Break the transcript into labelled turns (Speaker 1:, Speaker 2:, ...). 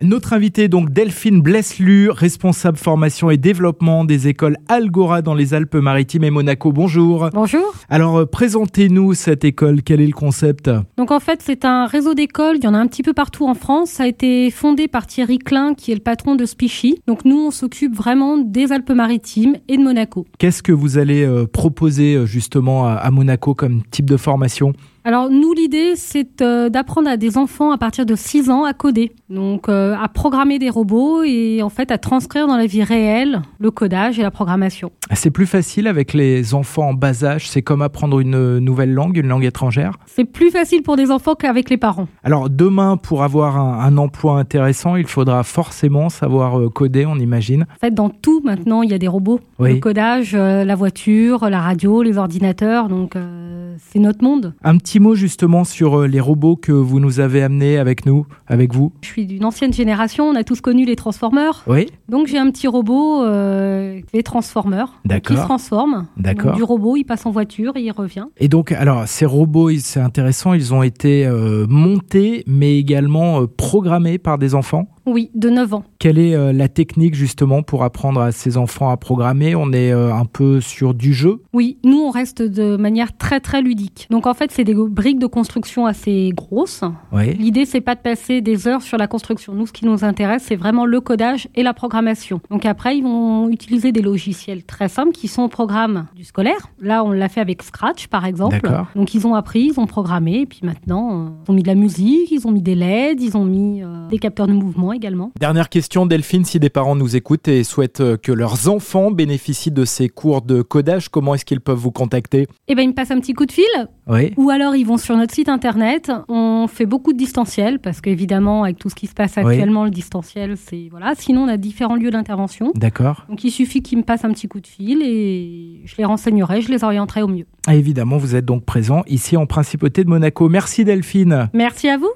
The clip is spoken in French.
Speaker 1: Notre invitée, donc Delphine Bleslu, responsable formation et développement des écoles Algora dans les Alpes-Maritimes et Monaco. Bonjour.
Speaker 2: Bonjour.
Speaker 1: Alors, euh, présentez-nous cette école. Quel est le concept
Speaker 2: Donc en fait, c'est un réseau d'écoles, il y en a un petit peu partout en France. Ça a été fondé par Thierry Klein, qui est le patron de Spichy. Donc nous, on s'occupe vraiment des Alpes-Maritimes et de Monaco.
Speaker 1: Qu'est-ce que vous allez euh, proposer euh, justement à- à Monaco comme type de formation
Speaker 2: Alors nous, l'idée, c'est euh, d'apprendre à des enfants à partir de 6 ans à coder. Donc euh, à programmer des robots et en fait à transcrire dans la vie réelle le codage et la programmation.
Speaker 1: C'est plus facile avec les enfants en bas âge. C'est comme apprendre une euh, nouvelle langue, une langue étrangère.
Speaker 2: C'est plus facile pour des enfants qu'avec les parents.
Speaker 1: Alors demain, pour avoir un, un emploi intéressant, il faudra forcément savoir euh, coder, on imagine.
Speaker 2: En fait, dans tout maintenant, il y a des robots.
Speaker 1: Oui.
Speaker 2: Le codage, euh, la voiture, la radio, les ordinateurs. Donc euh, c'est notre monde.
Speaker 1: Un petit mot justement sur euh, les robots que vous nous avez amenés avec nous, avec vous.
Speaker 2: Je suis d'une ancienne génération, on a tous connu les Transformers.
Speaker 1: Oui,
Speaker 2: Donc j'ai un petit robot, euh, les Transformers, qui se
Speaker 1: d'accord,
Speaker 2: transforme. Donc,
Speaker 1: d'accord.
Speaker 2: Du robot, il passe en voiture et il revient.
Speaker 1: Et donc, alors ces robots, ils- c'est intéressant. Ils ont été euh, montés, mais également euh, programmés par des enfants.
Speaker 2: Oui, de 9 ans.
Speaker 1: Quelle est euh, la technique justement pour apprendre à ces enfants à programmer On est euh, un peu sur du jeu.
Speaker 2: Oui, nous on reste de manière très très ludique. Donc en fait, c'est des briques de construction assez grosses.
Speaker 1: Oui.
Speaker 2: L'idée, c'est pas de passer des heures sur la construction. Nous, ce qui nous intéresse, c'est vraiment le codage et la programmation. Donc après, ils vont utiliser des logiciels très simples qui sont au programme du scolaire. Là, on l'a fait avec Scratch, par exemple.
Speaker 1: D'accord.
Speaker 2: Donc ils ont appris, ils ont programmé, et puis maintenant, euh, ils ont mis de la musique, ils ont mis des LED, ils ont mis euh, des capteurs de mouvement également.
Speaker 1: Dernière question, Delphine, si des parents nous écoutent et souhaitent euh, que leurs enfants bénéficient de ces cours de codage, comment est-ce qu'ils peuvent vous contacter
Speaker 2: Et ben ils me passent un petit coup de fil,
Speaker 1: Oui.
Speaker 2: ou alors ils vont sur notre site internet. On fait beaucoup de distanciel, parce qu'évidemment, avec tout ce qui se passe
Speaker 1: Oui.
Speaker 2: actuellement, le distanciel, c'est... Voilà. Sinon, on a différents lieux d'intervention.
Speaker 1: D'accord.
Speaker 2: Donc il suffit qu'ils me passent un petit coup de fil et je les renseignerai, je les
Speaker 1: Ah,
Speaker 2: orienterai au mieux.
Speaker 1: Et Évidemment, vous êtes donc présent ici en Principauté de Monaco. Merci Delphine.
Speaker 2: Merci à vous.